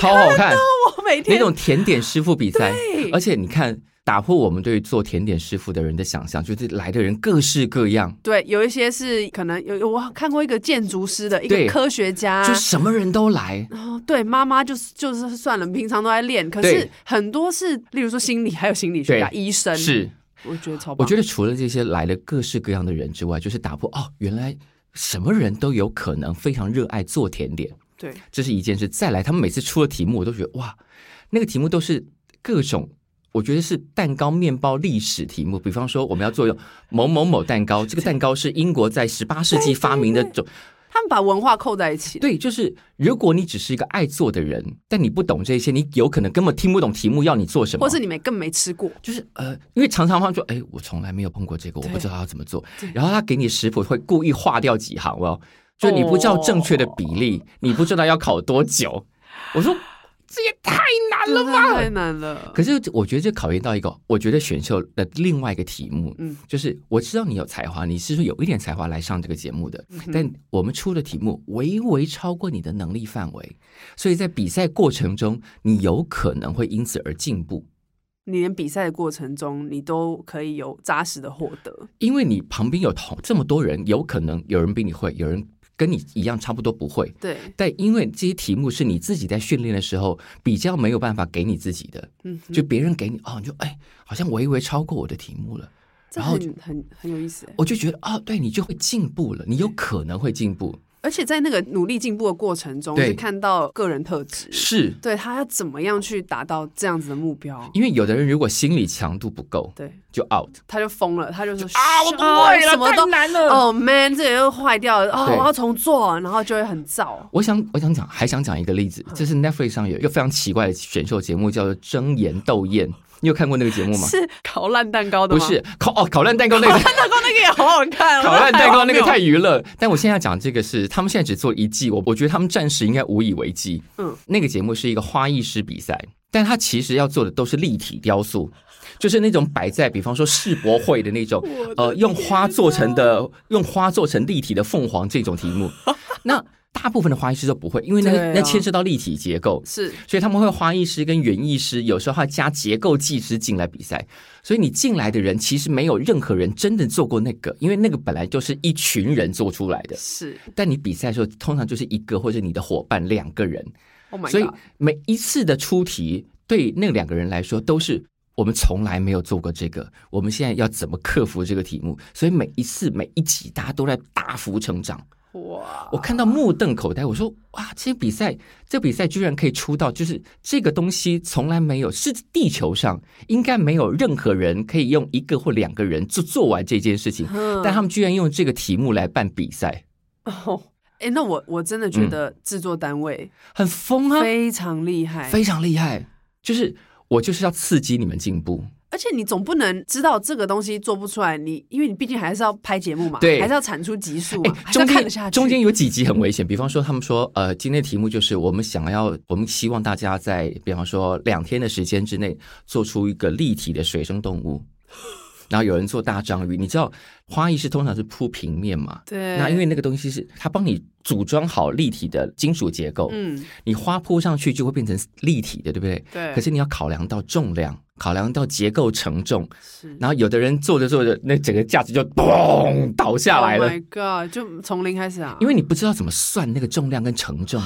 Speaker 1: 超好看，
Speaker 2: [LAUGHS] 我哦每
Speaker 1: 那
Speaker 2: 天
Speaker 1: 种甜点师傅比赛
Speaker 2: 对，
Speaker 1: 而且你看。打破我们对于做甜点师傅的人的想象，就是来的人各式各样，
Speaker 2: 对有一些是可能有有我看过一个建筑师的一个
Speaker 1: 对
Speaker 2: 科学家，
Speaker 1: 就什么人都来。
Speaker 2: 然后对妈妈就是就是算了，平常都在练，可是
Speaker 1: 对
Speaker 2: 很多是例如说心理还有心理学家、
Speaker 1: 对
Speaker 2: 医生，
Speaker 1: 是，
Speaker 2: 我觉得超棒，
Speaker 1: 我觉得除了这些来了各式各样的人之外，就是打破哦，原来什么人都有可能非常热爱做甜点，
Speaker 2: 对，
Speaker 1: 这是一件事。再来，他们每次出了题目，我都觉得哇，那个题目都是各种。我觉得是蛋糕面包历史题目，比方说我们要做用某某某蛋糕，这个蛋糕是英国在十八世纪发明的种，
Speaker 2: 他们把文化扣在一起。
Speaker 1: 对，就是如果你只是一个爱做的人，但你不懂这些，你有可能根本听不懂题目要你做什么，
Speaker 2: 或是你们更没吃过，
Speaker 1: 就是呃，因为常常他们说，哎，我从来没有碰过这个，我不知道要怎么做
Speaker 2: 对。
Speaker 1: 然后他给你食谱会故意划掉几行，哦，就你不知道正确的比例，
Speaker 2: 哦
Speaker 1: 你不知道要烤多
Speaker 2: [LAUGHS]
Speaker 1: 久。我说这也太难了
Speaker 2: 真的
Speaker 1: 吧！
Speaker 2: 太难了。
Speaker 1: 可是我觉得这考验到一个，我觉得选秀的另外一个题目，
Speaker 2: 嗯
Speaker 1: 嗯，就是我知道你有才华，你是说有一点才华来上这个节目的，
Speaker 2: 嗯
Speaker 1: 但我们出的题目微微超过你的能力范围，所以在比赛过程中，你有可能会因此而进步，
Speaker 2: 你连比赛的过程中，你都可以有扎实的获得。
Speaker 1: 因为你旁边有同这么多人，有可能有人比你会，有人跟你一样差不多不会，
Speaker 2: 对，
Speaker 1: 但因为这些题目是你自己在训练的时候比较没有办法给你自己的，
Speaker 2: 嗯，
Speaker 1: 就别人给你哦，你就哎，好像微微超过我的题目了。
Speaker 2: 这
Speaker 1: 然后
Speaker 2: 很很很有意思欸。
Speaker 1: 我就觉得啊、对你就会进步了，你有可能会进步。
Speaker 2: 而且在那个努力进步的过程中，
Speaker 1: 对
Speaker 2: 是看到个人特质，
Speaker 1: 是
Speaker 2: 对他要怎么样去达到这样子的目标。
Speaker 1: 因为有的人如果心理强度不够，
Speaker 2: 对，
Speaker 1: 就 out
Speaker 2: 他就疯了，他就说
Speaker 1: 啊，我不
Speaker 2: 啊
Speaker 1: 会了，
Speaker 2: 什么
Speaker 1: 太
Speaker 2: 都
Speaker 1: 难了。
Speaker 2: 哦、man，这个又坏掉了，哦，
Speaker 1: 对
Speaker 2: 我要重做，然后就会很燥。
Speaker 1: 我想，我想讲，还想讲一个例子，
Speaker 2: 嗯
Speaker 1: 就是 Netflix 上有一个非常奇怪的选秀节目，叫做《争妍斗艳》，你有看过那个节目吗？
Speaker 2: 是烤烂蛋糕的
Speaker 1: 不
Speaker 2: 吗？
Speaker 1: 是烤哦，烤烂蛋糕那个，
Speaker 2: 蛋糕那个也好好看，啊
Speaker 1: 烤烂蛋糕那个
Speaker 2: 我觉得
Speaker 1: 太娱乐。但我现在要讲这个是，他们现在只做一季，我我觉得他们暂时应该无以为继。
Speaker 2: 嗯
Speaker 1: 嗯，那个节目是一个花艺师比赛，但他其实要做的都是立体雕塑，就是那种摆在比方说世博会的那种
Speaker 2: 我，的
Speaker 1: 呃，用花做成的，用花做成立体的凤凰这种题目。那大部分的花艺师都不会，因为那、
Speaker 2: 对啊
Speaker 1: 那牵涉到立体结构，
Speaker 2: 是
Speaker 1: 所以他们会花艺师跟园艺师，有时候还加结构技师进来比赛。所以你进来的人其实没有任何人真的做过那个，因为那个本来就是一群人做出来的。
Speaker 2: 是
Speaker 1: 但你比赛的时候，通常就是一个或者你的伙伴两个人，
Speaker 2: ，Oh my
Speaker 1: 所以
Speaker 2: god，
Speaker 1: 每一次的出题对那两个人来说都是。我们从来没有做过这个，我们现在要怎么克服这个题目？所以每一次每一集，大家都在大幅成长。
Speaker 2: 哇，
Speaker 1: 我看到目瞪口呆，我说哇，这比赛这比赛居然可以出道，就是这个东西从来没有，是地球上应该没有任何人可以用一个或两个人就做完这件事情，
Speaker 2: 嗯
Speaker 1: 但他们居然用这个题目来办比赛，
Speaker 2: 哦，哎、那我我真的觉
Speaker 1: 嗯
Speaker 2: 得制作单位
Speaker 1: 很疯啊，
Speaker 2: 非常厉害，
Speaker 1: 非常厉害。就是我就是要刺激你们进步，
Speaker 2: 而且你总不能知道这个东西做不出来，你因为你毕竟还是要拍节目嘛，
Speaker 1: 对
Speaker 2: 还是要产出集数
Speaker 1: 哎
Speaker 2: 嘛，还是要
Speaker 1: 中
Speaker 2: 看得下
Speaker 1: 间
Speaker 2: 去。
Speaker 1: 中间有几集很危险，比方说他们说，呃，今天的题目就是我们想要，我们希望大家在比方说两天的时间之内做出一个立体的水生动
Speaker 2: [LAUGHS]
Speaker 1: 物，然后有人做大章鱼，你知道花艺是通常是铺平面嘛？
Speaker 2: 对，
Speaker 1: 那因为那个东西是它帮你组装好立体的金属结构，
Speaker 2: 嗯，
Speaker 1: 你花铺上去就会变成立体的，对不对？
Speaker 2: 对，
Speaker 1: 可是你要考量到重量，考量到结构承重，
Speaker 2: 是
Speaker 1: 然后有的人做着做着，那整个架子就嘣倒下来了。
Speaker 2: Oh my god，就从零开始啊，
Speaker 1: 因为你不知道怎么算那个重量跟承重。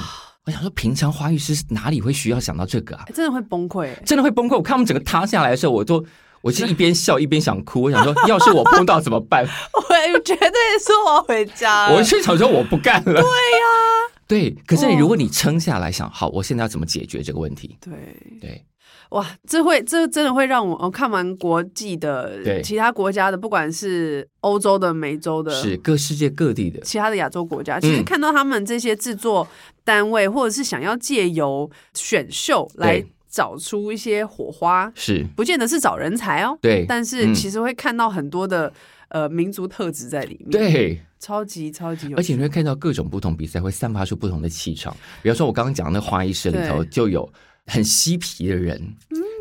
Speaker 1: 我想说，平常花艺师哪里会需要想到这个啊
Speaker 2: 哎？真的会崩溃、
Speaker 1: [LAUGHS]
Speaker 2: 哎
Speaker 1: 真的会崩溃。我看他们整个塌下来的时候，我都我是一边笑一边想 [LAUGHS] 哭。我想说，要是我碰到怎么办？
Speaker 2: 我绝对说我要回家了
Speaker 1: 我是想说我不干啊了。对呀、哦对。可是你如果你撑下来，想好我现在要怎么解决这个问题？
Speaker 2: 对，
Speaker 1: 对，
Speaker 2: 哇，这会这真的会让我、哦、看完国际的
Speaker 1: 对
Speaker 2: 其他国家的，不管是欧洲的、美洲的，
Speaker 1: 是各世界各地的。
Speaker 2: 其他的亚洲
Speaker 1: 嗯
Speaker 2: 国家，其实看到他们这些制作单位，或者是想要借由选秀来
Speaker 1: 对
Speaker 2: 找出一些火花，
Speaker 1: 是，
Speaker 2: 不见得是找人才哦，
Speaker 1: 对，
Speaker 2: 但是
Speaker 1: 嗯
Speaker 2: 其实会看到很多的呃民族特质在
Speaker 1: 嗯
Speaker 2: 里面，，
Speaker 1: 对，
Speaker 2: 超级超级有
Speaker 1: 而
Speaker 2: 趣，
Speaker 1: 且你会看到各种不同比赛会散发出不同的气场。比方说，我刚刚讲的那花艺师里头
Speaker 2: 对嗯
Speaker 1: 就有很嬉皮的人，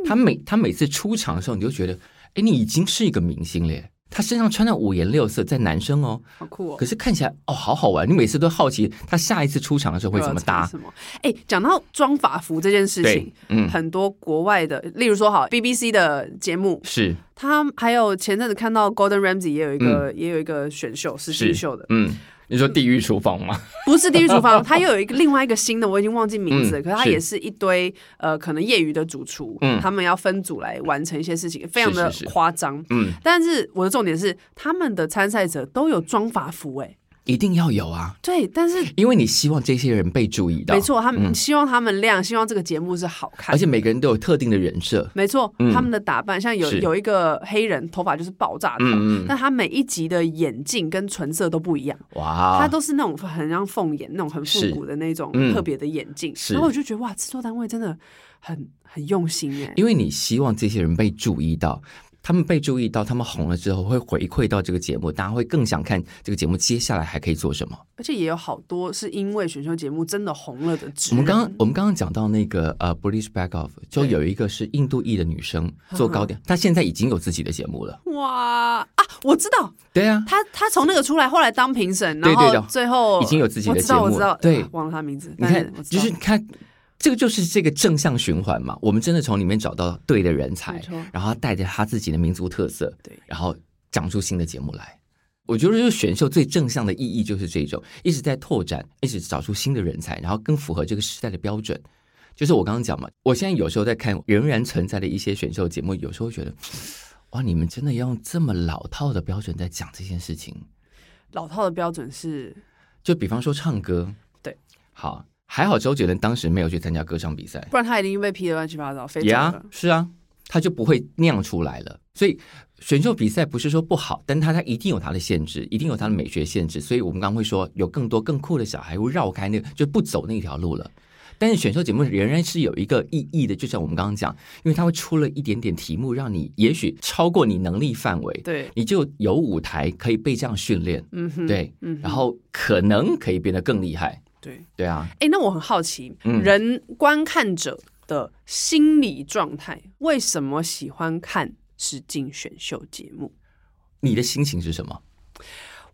Speaker 1: 他每他每次出场的时候，你就觉得，哎，你已经是一个明星了耶。他身上穿的五颜六色，在男生哦，
Speaker 2: 好酷哦
Speaker 1: 可。是看起来哦，好好玩。你每次都好奇他下一次出场的时候会怎么
Speaker 2: 又要
Speaker 1: 搭
Speaker 2: 唱。什么？哎、讲到装法服这件事
Speaker 1: 对
Speaker 2: 情，，
Speaker 1: 嗯，
Speaker 2: 很多国外的，例如说好 BBC 的节目，
Speaker 1: 是
Speaker 2: 他还有前阵子看到 Golden Ramsy 也有一个、也有一个选秀实
Speaker 1: 嗯
Speaker 2: 习
Speaker 1: 是
Speaker 2: 秀的，
Speaker 1: 嗯，你说地狱厨房吗？
Speaker 2: 不是地狱厨房，它又有一个另外一个新的，我已经忘记名字了。
Speaker 1: 嗯
Speaker 2: 可是它
Speaker 1: 是
Speaker 2: 也是一堆呃，可能业余的主厨，
Speaker 1: 嗯
Speaker 2: 他们要分组来完成一些事情，非常的
Speaker 1: 是是
Speaker 2: 夸张。
Speaker 1: 嗯，
Speaker 2: 但是我的重点是，他们的参赛者都有装法服、欸，
Speaker 1: 一定要有啊，
Speaker 2: 对，但是
Speaker 1: 因为你嗯希望这些人被注意到，
Speaker 2: 没，错，他们、希望他们亮，希望这个节目是好看
Speaker 1: 而。且每个人都有特定的人设，
Speaker 2: 没错，
Speaker 1: 嗯
Speaker 2: 他们的打扮像有
Speaker 1: 是
Speaker 2: 有一个黑人，头发就是爆炸头，
Speaker 1: 嗯嗯
Speaker 2: 但他每一集的眼镜跟唇色都不一样，
Speaker 1: 哇，
Speaker 2: 他都是那种很像凤眼那种很复
Speaker 1: 啊是
Speaker 2: 古的那种
Speaker 1: 嗯
Speaker 2: 特别的眼镜。
Speaker 1: 是
Speaker 2: 然后我就觉得哇，制作单位真的很很用心哎、
Speaker 1: 因为你希望这些人被注意到，他们被注意到，他们红了之后会回馈到这个节目，大家会更想看这个节目接下来还可以做什么。
Speaker 2: 而且也有好多是因为选秀节目真的红了的职
Speaker 1: 我
Speaker 2: 人。
Speaker 1: 们刚刚我们刚刚讲到那个呃，British Back Off，就
Speaker 2: 对
Speaker 1: 有一个是印度裔的女生做糕点，她现在已经有自己的节目了。
Speaker 2: 哇啊，我知道
Speaker 1: 对啊，
Speaker 2: 他他从那个出来，后来当评审，
Speaker 1: 对
Speaker 2: 然
Speaker 1: 对
Speaker 2: 后
Speaker 1: 的
Speaker 2: 最后
Speaker 1: 已经有自己的
Speaker 2: 我知道
Speaker 1: 节目
Speaker 2: 我知道，
Speaker 1: 对
Speaker 2: 啊忘了他名字，
Speaker 1: 你
Speaker 2: 但是我
Speaker 1: 看，就
Speaker 2: 知道
Speaker 1: 是看。这个就是这个正向循环嘛，我们真的从里面找到对的人
Speaker 2: 没
Speaker 1: 才
Speaker 2: 错，
Speaker 1: 然后带着他自己的民族特色，
Speaker 2: 对
Speaker 1: 然后讲出新的节目来。我觉得就是选秀最正向的意义就是这种，一直在拓展，一直找出新的人才，然后更符合这个时代的标准。就是我刚刚讲嘛，我现在有时候在看仍然存在的一些选秀节目，有时候觉得，哇，你们真的要用这么老套的标准在讲这件事情？
Speaker 2: 老套的标准是
Speaker 1: 就比方说唱歌，
Speaker 2: 对，
Speaker 1: 好，还好周杰伦当时没有去参加歌唱比赛，
Speaker 2: 不然他一定被批的乱七八糟，非常
Speaker 1: 呀
Speaker 2: 的，
Speaker 1: 是啊，他就不会酿出来了。所以选秀比赛不是说不好，但它它一定有它的限制，一定有它的美学限制。所以我们刚刚会说，有更多更酷的小孩会绕开那个，就不走那条路了。但是选秀节目仍然是有一个意义的，就像我们刚刚讲，因为它会出了一点点题目，让你也许超过你能力范围，
Speaker 2: 对，
Speaker 1: 你就有舞台可以被这样训练，
Speaker 2: 嗯哼，
Speaker 1: 对，
Speaker 2: 嗯哼，
Speaker 1: 然后可能可以变得更厉害，
Speaker 2: 对，
Speaker 1: 对啊，
Speaker 2: 哎，那我很好奇，
Speaker 1: 嗯
Speaker 2: 人观看者的心理状态，为什么喜欢看实境选秀节目？
Speaker 1: 你的心情是什么？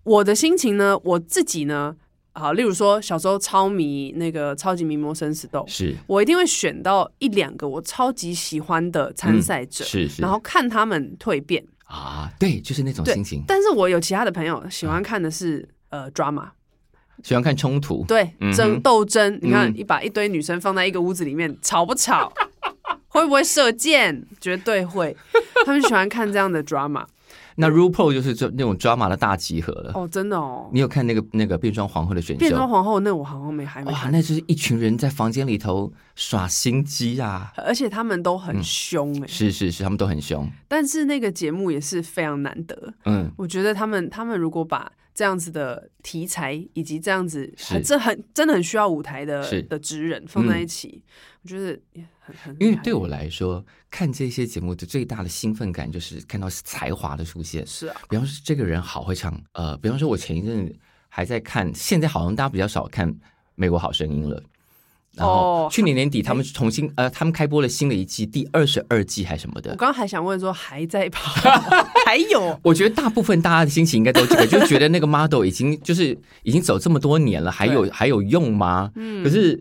Speaker 2: 我的心情呢，我自己呢，好，例如说小时候超迷那个超级名模生死斗，
Speaker 1: 是
Speaker 2: 我一定会选到一两个我超级喜欢的参赛者，
Speaker 1: 是是
Speaker 2: 然后看他们蜕变。
Speaker 1: 啊，对，就是那种
Speaker 2: 对
Speaker 1: 心情。
Speaker 2: 但是我有其他的朋友喜欢看的是、呃 drama，
Speaker 1: 喜欢看冲突，
Speaker 2: 对
Speaker 1: 嗯哼
Speaker 2: 争斗争。你看
Speaker 1: 嗯，
Speaker 2: 一把一堆女生放在一个屋子里面，吵不
Speaker 1: [LAUGHS]
Speaker 2: 吵？会不会射箭？绝对会。他们喜欢看这样的
Speaker 1: [LAUGHS]
Speaker 2: drama
Speaker 1: 那 RuPaul 就是这那种 drama 的大集合了。
Speaker 2: 哦，真的哦。
Speaker 1: 你有看那个那个变装皇后的选
Speaker 2: 变装
Speaker 1: 秀？
Speaker 2: 皇后那我好像没还没
Speaker 1: 哇，
Speaker 2: 看，
Speaker 1: 那就是一群人在房间里头耍心机啊！
Speaker 2: 而且他们都很凶哎、
Speaker 1: 是是是，他们都很凶。
Speaker 2: 但是那个节目也是非常难得。
Speaker 1: 嗯，
Speaker 2: 我觉得他们他们如果把这样子的题材以及这样子
Speaker 1: 是
Speaker 2: 这很真的很需要舞台的
Speaker 1: 是嗯
Speaker 2: 的职人放在一起，我觉得也很很
Speaker 1: 因
Speaker 2: 厉
Speaker 1: 为
Speaker 2: 害
Speaker 1: 对我来说，看这些节目的最大的兴奋感就是看到才华的出现。
Speaker 2: 是啊，
Speaker 1: 比方说，这个人好会唱，呃，比方说，我前一阵还在看，现在好像大家比较少看《美国好声音》了。然后
Speaker 2: 哦
Speaker 1: 去年年底，他们重新呃，他们开播了新的一季，第二十二季还什么的
Speaker 2: 我。刚刚还想问说还在跑，
Speaker 1: [LAUGHS]
Speaker 2: 还有
Speaker 1: 我觉得大部分大家的心情应该都这个，就觉得那个 model 已经就是已经走这么多年了，还有还有用吗？
Speaker 2: 嗯
Speaker 1: 可是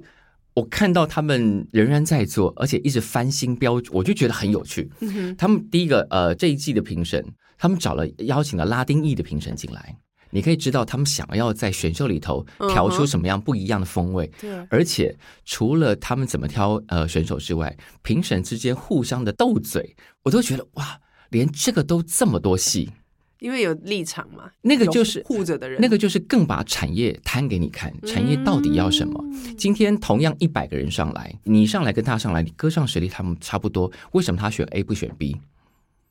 Speaker 1: 我看到他们仍然在做，而且一直翻新标准，我就觉得很有趣。
Speaker 2: 嗯
Speaker 1: 他们第一个呃这一季的评审，他们找了邀请了拉丁裔的评审进来，你可以知道他们想要在选秀里头调
Speaker 2: 嗯哼
Speaker 1: 出什么样不一样的风味。
Speaker 2: 对
Speaker 1: 而且除了他们怎么挑呃选手之外，评审之间互相的斗嘴，我都觉得哇，连这个都这么多戏，
Speaker 2: 因为有立场嘛，
Speaker 1: 那个
Speaker 2: 有
Speaker 1: 就是
Speaker 2: 护着的人，
Speaker 1: 那个就是更把产业摊给你看，
Speaker 2: 嗯
Speaker 1: 产业到底要什么。今天同样一百个人上来，你上来跟他上来，你歌唱实力他们差不多，为什么他选 A 不选 B？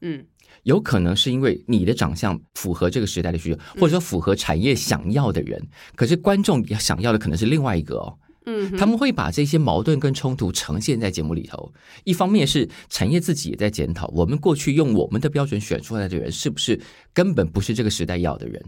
Speaker 2: 嗯，
Speaker 1: 有可能是因为你的长相符合这个时代的需求，或
Speaker 2: 嗯
Speaker 1: 者说符合产业想要的人，可是观众想要的可能是另外一个哦。
Speaker 2: 嗯，
Speaker 1: 他们会把这些矛盾跟冲突呈现在节目里头。一方面是产业自己也在检讨，我们过去用我们的标准选出来的人，是不是根本不是这个时代要的人？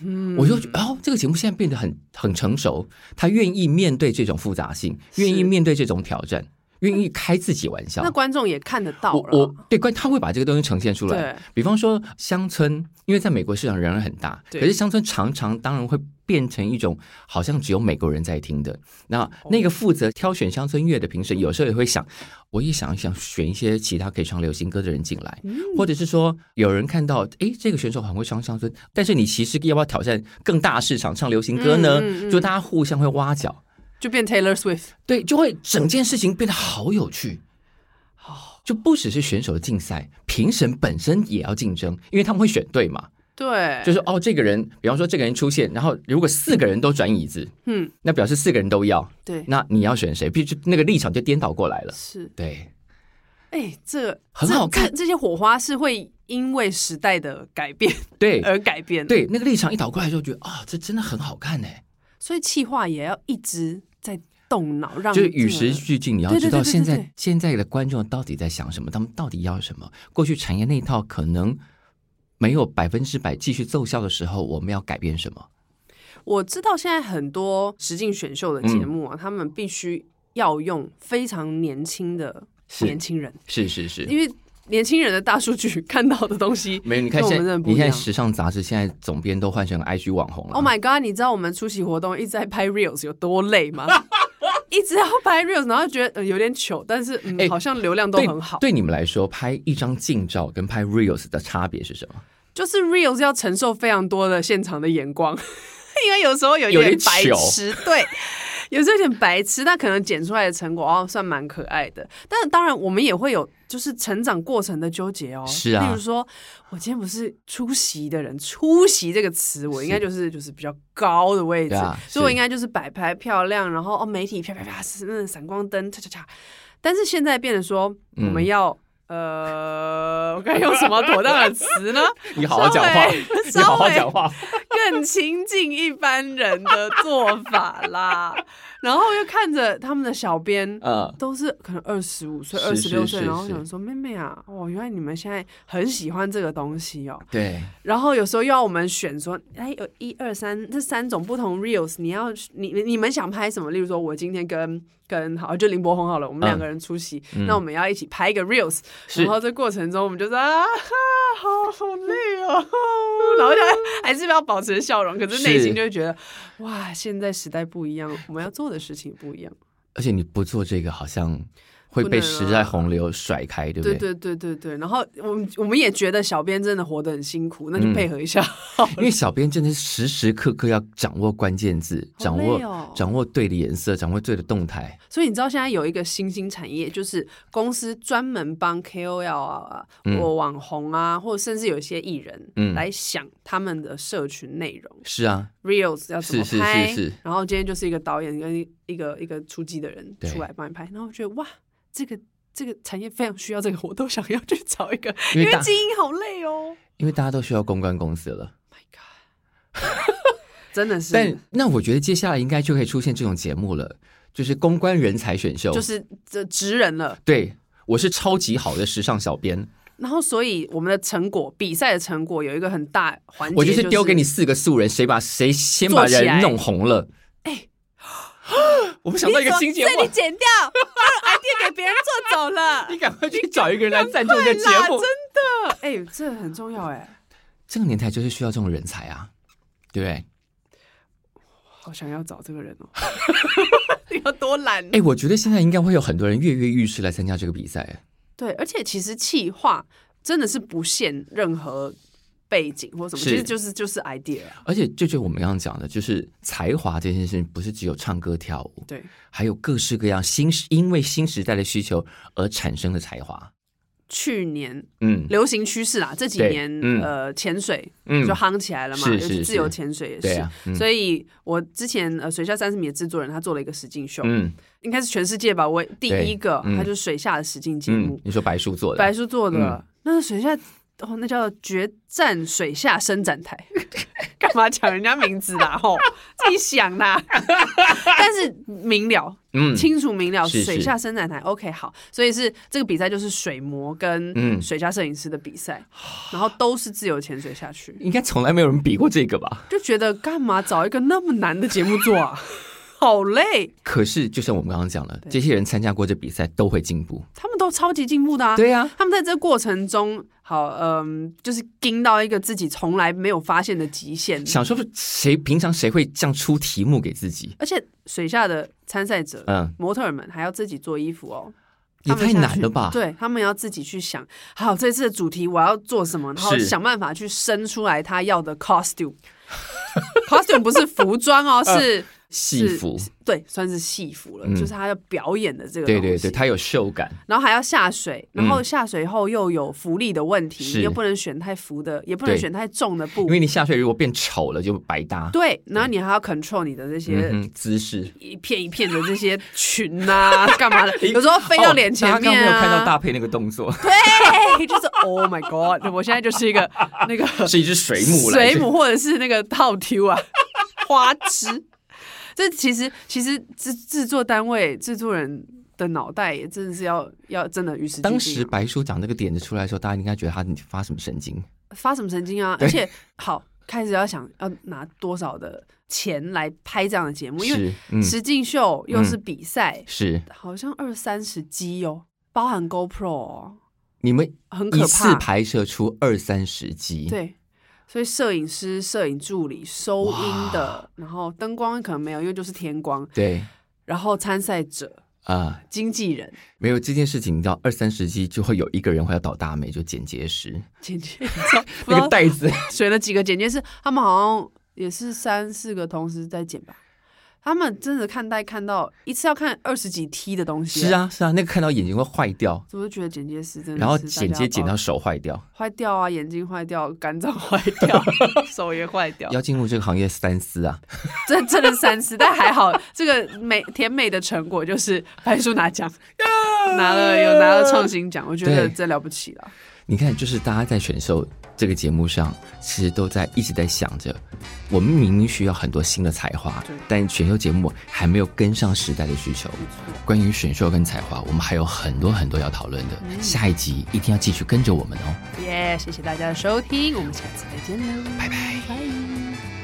Speaker 1: 嗯，我就觉得哦，这个节目现在变得很很成熟，他愿意面对这种复杂性，
Speaker 2: 是
Speaker 1: 愿意面对这种挑战，愿意开自己玩笑。
Speaker 2: 那观众也看得到
Speaker 1: 我
Speaker 2: 了，
Speaker 1: 我对关他会把这个东西呈现出
Speaker 2: 对
Speaker 1: 来。比方说乡村，因为在美国市场仍然很大，可
Speaker 2: 对
Speaker 1: 是乡村常常当然会变成一种好像只有美国人在听的。
Speaker 2: 哦
Speaker 1: 那那个负责挑选乡村乐的评审，有时候也会想，我也想一想选一些其他可以唱流行歌的人进来，
Speaker 2: 嗯
Speaker 1: 或者是说有人看到诶这个选手很会唱乡村，但是你其实要不要挑战更大市场唱流行歌呢？
Speaker 2: 嗯嗯嗯
Speaker 1: 就大家互相会挖角，
Speaker 2: 就变 Taylor Swift，
Speaker 1: 对，就会整件事情变得好有趣。就不只是选手的竞赛，评审本身也要竞争，因为他们会选对嘛。
Speaker 2: 对，
Speaker 1: 就是哦，这个人，比方说这个人出现，然后如果四个人都转椅子，
Speaker 2: 嗯，
Speaker 1: 那表示四个人都要，
Speaker 2: 对，
Speaker 1: 那你要选谁？必须那个立场就颠倒过来了。
Speaker 2: 是，
Speaker 1: 对，
Speaker 2: 哎，这
Speaker 1: 很
Speaker 2: 这
Speaker 1: 好看
Speaker 2: 这这些火花是会因为时代的改变
Speaker 1: 对，
Speaker 2: 而改变，，
Speaker 1: 对，那个立场一倒过来就觉得啊、这真的很好看哎，
Speaker 2: 所以气化也要一直在动脑，让
Speaker 1: 就是与
Speaker 2: 这
Speaker 1: 时
Speaker 2: 个
Speaker 1: 俱进，你要
Speaker 2: 对对
Speaker 1: 知道
Speaker 2: 对对
Speaker 1: 现
Speaker 2: 对
Speaker 1: 在
Speaker 2: 对
Speaker 1: 现在的观众到底在想什么，他们到底要什么。过去产业那一套可能没有百分之百继续奏效的时候，我们要改变什么？
Speaker 2: 我知道现在很多实境选秀的节目啊，
Speaker 1: 嗯
Speaker 2: 他们必须要用非常年轻的
Speaker 1: 是
Speaker 2: 年轻人，
Speaker 1: 是是是，
Speaker 2: 因为年轻人的大数据看到的东西，
Speaker 1: [LAUGHS] 没有你看
Speaker 2: 跟我
Speaker 1: 现
Speaker 2: 们
Speaker 1: 在
Speaker 2: 真的不
Speaker 1: 你
Speaker 2: 一
Speaker 1: 看
Speaker 2: 样。
Speaker 1: 时尚杂志现在总编都换成 IG 网红了。
Speaker 2: Oh my god！你知道我们出席活动一直在拍 reels 有多累
Speaker 1: [LAUGHS]
Speaker 2: 吗？一直要拍 reels，然后觉得、呃有点糗，但是嗯，
Speaker 1: 哎
Speaker 2: 好像流量都
Speaker 1: 对
Speaker 2: 很好。
Speaker 1: 对你们来说，拍一张近照跟拍 reels 的差别是
Speaker 2: [LAUGHS]
Speaker 1: 什么？
Speaker 2: 就是 reels 要承受非常多的现场的眼光， [LAUGHS] 因为有时候有
Speaker 1: 有点
Speaker 2: 点白
Speaker 1: 糗
Speaker 2: 痴，对，有时候有点白痴，但可能剪出来的成果哦算蛮可爱的。但当然我们也会有就是成长过程的纠结哦，
Speaker 1: 是啊
Speaker 2: 例如说我今天不是出席的人，出席这个词我应该
Speaker 1: 是
Speaker 2: 就是就是比较高的位置，
Speaker 1: 对啊
Speaker 2: 所以我
Speaker 1: 是
Speaker 2: 应该就是摆拍漂亮，然后哦媒体啪啪啪，嗯闪光灯嚓嚓嚓。但是现在变得说我们
Speaker 1: 嗯
Speaker 2: 要、呃， [LAUGHS] 我该用什么妥当的词呢？
Speaker 1: [LAUGHS] 你好好讲话
Speaker 2: 稍微，
Speaker 1: [LAUGHS] 你好好讲话。
Speaker 2: 更亲近一般人的做法啦。 [LAUGHS] 然后又看着他们的小编。
Speaker 1: 嗯，
Speaker 2: 都是可能二十五岁、二
Speaker 1: 是
Speaker 2: 十
Speaker 1: 是
Speaker 2: 六岁，
Speaker 1: 是
Speaker 2: 然后
Speaker 1: 是
Speaker 2: 想说妹妹啊，哦，原来你们现在很喜欢这个东西哦。
Speaker 1: 对，
Speaker 2: 然后有时候又要我们选说，哎，有一二三这三种不同 reels，你要你你你们想拍什么？例如说，我今天跟跟好就林柏宏好了，我
Speaker 1: 嗯
Speaker 2: 们两个人出席，那我们要一起拍一个 reels，
Speaker 1: 是
Speaker 2: 然后这过程中我们就说啊，哈好好累哦，
Speaker 1: [LAUGHS]
Speaker 2: 然后就还是要保持笑容，可是内
Speaker 1: 是
Speaker 2: 心就会觉得，哇，现在时代不一样，我们要做的事情不一样。
Speaker 1: 而且你不做这个，好像会
Speaker 2: 不
Speaker 1: 被
Speaker 2: 能啊
Speaker 1: 时代洪流甩开，对不
Speaker 2: 对对对对对，然后我们我们也觉得小编真的活得很辛苦，那就
Speaker 1: 嗯
Speaker 2: 配合一下。
Speaker 1: [LAUGHS] 因为小编真的是时时刻刻要掌握关键字，
Speaker 2: 好
Speaker 1: 掌
Speaker 2: 累
Speaker 1: 握、
Speaker 2: 哦
Speaker 1: 掌握对的颜色，掌握对的动态。
Speaker 2: 所以你知道现在有一个新兴产业，就是公司专门帮 KOL 啊、
Speaker 1: 嗯
Speaker 2: 或网红啊，或者甚至有一些艺人，
Speaker 1: 嗯
Speaker 2: 来想他们的社群内容
Speaker 1: 是啊，
Speaker 2: ，reels 要怎
Speaker 1: 是
Speaker 2: 么
Speaker 1: 是
Speaker 2: 拍，
Speaker 1: 是是
Speaker 2: 然后今天就是一个导演跟一个一个出击的人
Speaker 1: 对
Speaker 2: 出来帮你拍，
Speaker 1: 嗯
Speaker 2: 然后我觉得哇，这个这个产业非常需要这个，我都想要去找一个，
Speaker 1: 因为
Speaker 2: 因为
Speaker 1: 大
Speaker 2: 基因好累哦
Speaker 1: 因为大家都需要公关公司了。
Speaker 2: ，My God，真的是，
Speaker 1: 但那我觉得接下来应该就可以出现这种节目了，就是公关人才选秀。
Speaker 2: 就是这职人了。
Speaker 1: 对，我是超级好的时尚小编，
Speaker 2: 然后，所以我们的成果，比赛的成果有一个很大环节，
Speaker 1: 我就
Speaker 2: 就是
Speaker 1: 丢给你四个素人，谁把谁先把
Speaker 2: 做起来
Speaker 1: 人弄红了。
Speaker 2: 哎，
Speaker 1: [GASPS] 我们想到一个新节目，
Speaker 2: 剪掉，把 idea 给别人做走了
Speaker 1: 你赶快去 [LAUGHS] 找一个人来赞助这个节目。
Speaker 2: 真的，哎、这很重要哎，
Speaker 1: 这个年代就是需要这种人才啊，对不对？
Speaker 2: 好想要找这个
Speaker 1: [LAUGHS]
Speaker 2: 人哦，你要多懒
Speaker 1: 哎，我觉得现在应该会有很多人跃跃欲试来参加这个比赛。
Speaker 2: 对，而且其实气化真的是不限任何背景或什么，
Speaker 1: 是
Speaker 2: 其实就是就是 idea，啊
Speaker 1: 而且，就就我们刚刚讲的，就是才华这件事情，不是只有唱歌跳舞，
Speaker 2: 对，
Speaker 1: 还有各式各样新时因为新时代的需求而产生的才华。
Speaker 2: 去年
Speaker 1: 嗯，
Speaker 2: 流行趋势啦，这几
Speaker 1: 对
Speaker 2: 年、
Speaker 1: 嗯
Speaker 2: 呃潜水
Speaker 1: 嗯
Speaker 2: 就夯起来了嘛，
Speaker 1: 是
Speaker 2: 尤其
Speaker 1: 是
Speaker 2: 自由
Speaker 1: 是
Speaker 2: 潜水也
Speaker 1: 对
Speaker 2: 是。
Speaker 1: 啊，嗯
Speaker 2: 所以，我之前呃，水下三十米的制作人他做了一个实境秀，
Speaker 1: 嗯
Speaker 2: 应该是全世界吧，我第
Speaker 1: 对
Speaker 2: 一个，
Speaker 1: 嗯
Speaker 2: 他就是水下的实境节目
Speaker 1: 嗯，，你说白叔做的，
Speaker 2: 白叔做的，那是水下哦，那叫决战水下伸展台， [LAUGHS] 干嘛抢人家名字啦？吼，自己想啦。 [LAUGHS] 但是明了，
Speaker 1: 嗯
Speaker 2: 清楚明了，
Speaker 1: 是是
Speaker 2: 水下伸展台 OK 好，所以是这个比赛就是水模跟
Speaker 1: 嗯
Speaker 2: 水下摄影师的比赛，然后都是自由潜水下去，
Speaker 1: 应该从来没有人比过这个吧？
Speaker 2: 就觉得干嘛找一个那么难的节目做啊？ [LAUGHS] 好累，
Speaker 1: [LAUGHS] 可是，就像我们刚刚讲了，
Speaker 2: 对
Speaker 1: 这些人参加过这比赛都会进步。
Speaker 2: 他们都超级进步的啊。
Speaker 1: 对呀、啊，
Speaker 2: [LAUGHS] 他们在这过程中，好，嗯，就是盯到一个自己从来没有发现的极限，
Speaker 1: 想说谁平常谁会这样出题目给自己？
Speaker 2: 而且水下的参赛者、
Speaker 1: 嗯，
Speaker 2: 模特儿们还要自己做衣服哦，
Speaker 1: 也
Speaker 2: 他们
Speaker 1: 太
Speaker 2: 下去
Speaker 1: 难了吧？
Speaker 2: 对他们要自己去想，好，这次的主题我要做什么，然后
Speaker 1: 是
Speaker 2: 想
Speaker 1: [LAUGHS]
Speaker 2: 办 [LAUGHS] 法去生出来他要的 costume。costume 不是服装哦，是
Speaker 1: 戏
Speaker 2: 是
Speaker 1: 服，
Speaker 2: 对，算是戏服了，
Speaker 1: 嗯
Speaker 2: 就是他要表演的这个东
Speaker 1: 对
Speaker 2: 西。
Speaker 1: 对对，它有秀感，
Speaker 2: 然后还要下水，然后
Speaker 1: 嗯
Speaker 2: 下水后又有浮力的问题，
Speaker 1: 是
Speaker 2: 你又不能选太浮的，也不能
Speaker 1: 对
Speaker 2: 选太重的布
Speaker 1: 因，为你下水如果变丑了就白搭，
Speaker 2: 对，然后你还要 control 你的这
Speaker 1: 嗯
Speaker 2: 些
Speaker 1: 哼，姿势。
Speaker 2: 一片一片的这些裙
Speaker 1: [LAUGHS]
Speaker 2: 呐、干嘛的，有时候飞到脸前
Speaker 1: 哎哦大家刚
Speaker 2: 面
Speaker 1: 刚没有
Speaker 2: 啊，
Speaker 1: 看到大配那个动
Speaker 2: [LAUGHS]
Speaker 1: 作，
Speaker 2: 对，就是 Oh my God，我现在就是
Speaker 1: [LAUGHS]
Speaker 2: 一个那个
Speaker 1: 是一只水母来
Speaker 2: 水
Speaker 1: 着，
Speaker 2: 母或者是那个套 Q 啊， [LAUGHS] 花枝。这其实其实制制作单位制作人的脑袋也真的是要要真的与时俱进啊、
Speaker 1: 当时白叔讲这个点子出来的时候，大家应该觉得他你发什么神经？
Speaker 2: 发什么神经啊？而且好开始要想要拿多少的钱来拍这样的节目，因为
Speaker 1: 是，嗯，
Speaker 2: 实境秀又是比赛，
Speaker 1: 是，
Speaker 2: 好像二三十集哦，包含 GoPro，、哦、
Speaker 1: 你们
Speaker 2: 很
Speaker 1: 一
Speaker 2: 可
Speaker 1: 次
Speaker 2: 怕。
Speaker 1: 拍摄出二三十集，，
Speaker 2: 对，所以摄影师、摄影助理、收音的，然后灯光可能没有，因为就是天光，
Speaker 1: 对，
Speaker 2: 然后参赛者、
Speaker 1: 啊，
Speaker 2: 经纪人、
Speaker 1: 没有这件事情，你知道，二三十集就会有一个人会要倒大霉，就剪结石，
Speaker 2: 剪接，
Speaker 1: [LAUGHS]
Speaker 2: 不
Speaker 1: 那
Speaker 2: 知
Speaker 1: 个
Speaker 2: 道
Speaker 1: 袋
Speaker 2: [LAUGHS]
Speaker 1: 子，
Speaker 2: 选了几个剪接师，他们好像也是三四个同时在剪吧。他们真的看待看到一次要看二十几 T 的东西，欸
Speaker 1: 是，啊是啊，那个看到眼睛会坏掉，
Speaker 2: 我就觉得剪接师真的是
Speaker 1: 然后
Speaker 2: 大家
Speaker 1: 剪接剪
Speaker 2: 要
Speaker 1: 到
Speaker 2: 保
Speaker 1: 手坏掉。
Speaker 2: 坏掉啊，眼睛坏掉，肝脏坏
Speaker 1: [LAUGHS]
Speaker 2: 掉，手也坏掉，
Speaker 1: 要进入这个行业三思啊，
Speaker 2: 这 [LAUGHS] 真的三思，但还好，这个美甜美的成果就是白叔拿奖，拿了有拿了创新奖，我觉得
Speaker 1: 对
Speaker 2: 这了不起了。
Speaker 1: 你看，就是大家在选秀这个节目上，其实都在一直在想着，我们明明需要很多新的才华
Speaker 2: 对，
Speaker 1: 但选秀节目还没有跟上时代的需求。关于选秀跟才华，我们还有很多很多要讨论的，下一集一定要继续跟着我们哦。
Speaker 2: 耶谢谢大家的收听，我们下次再见喽，
Speaker 1: 拜拜
Speaker 2: 拜。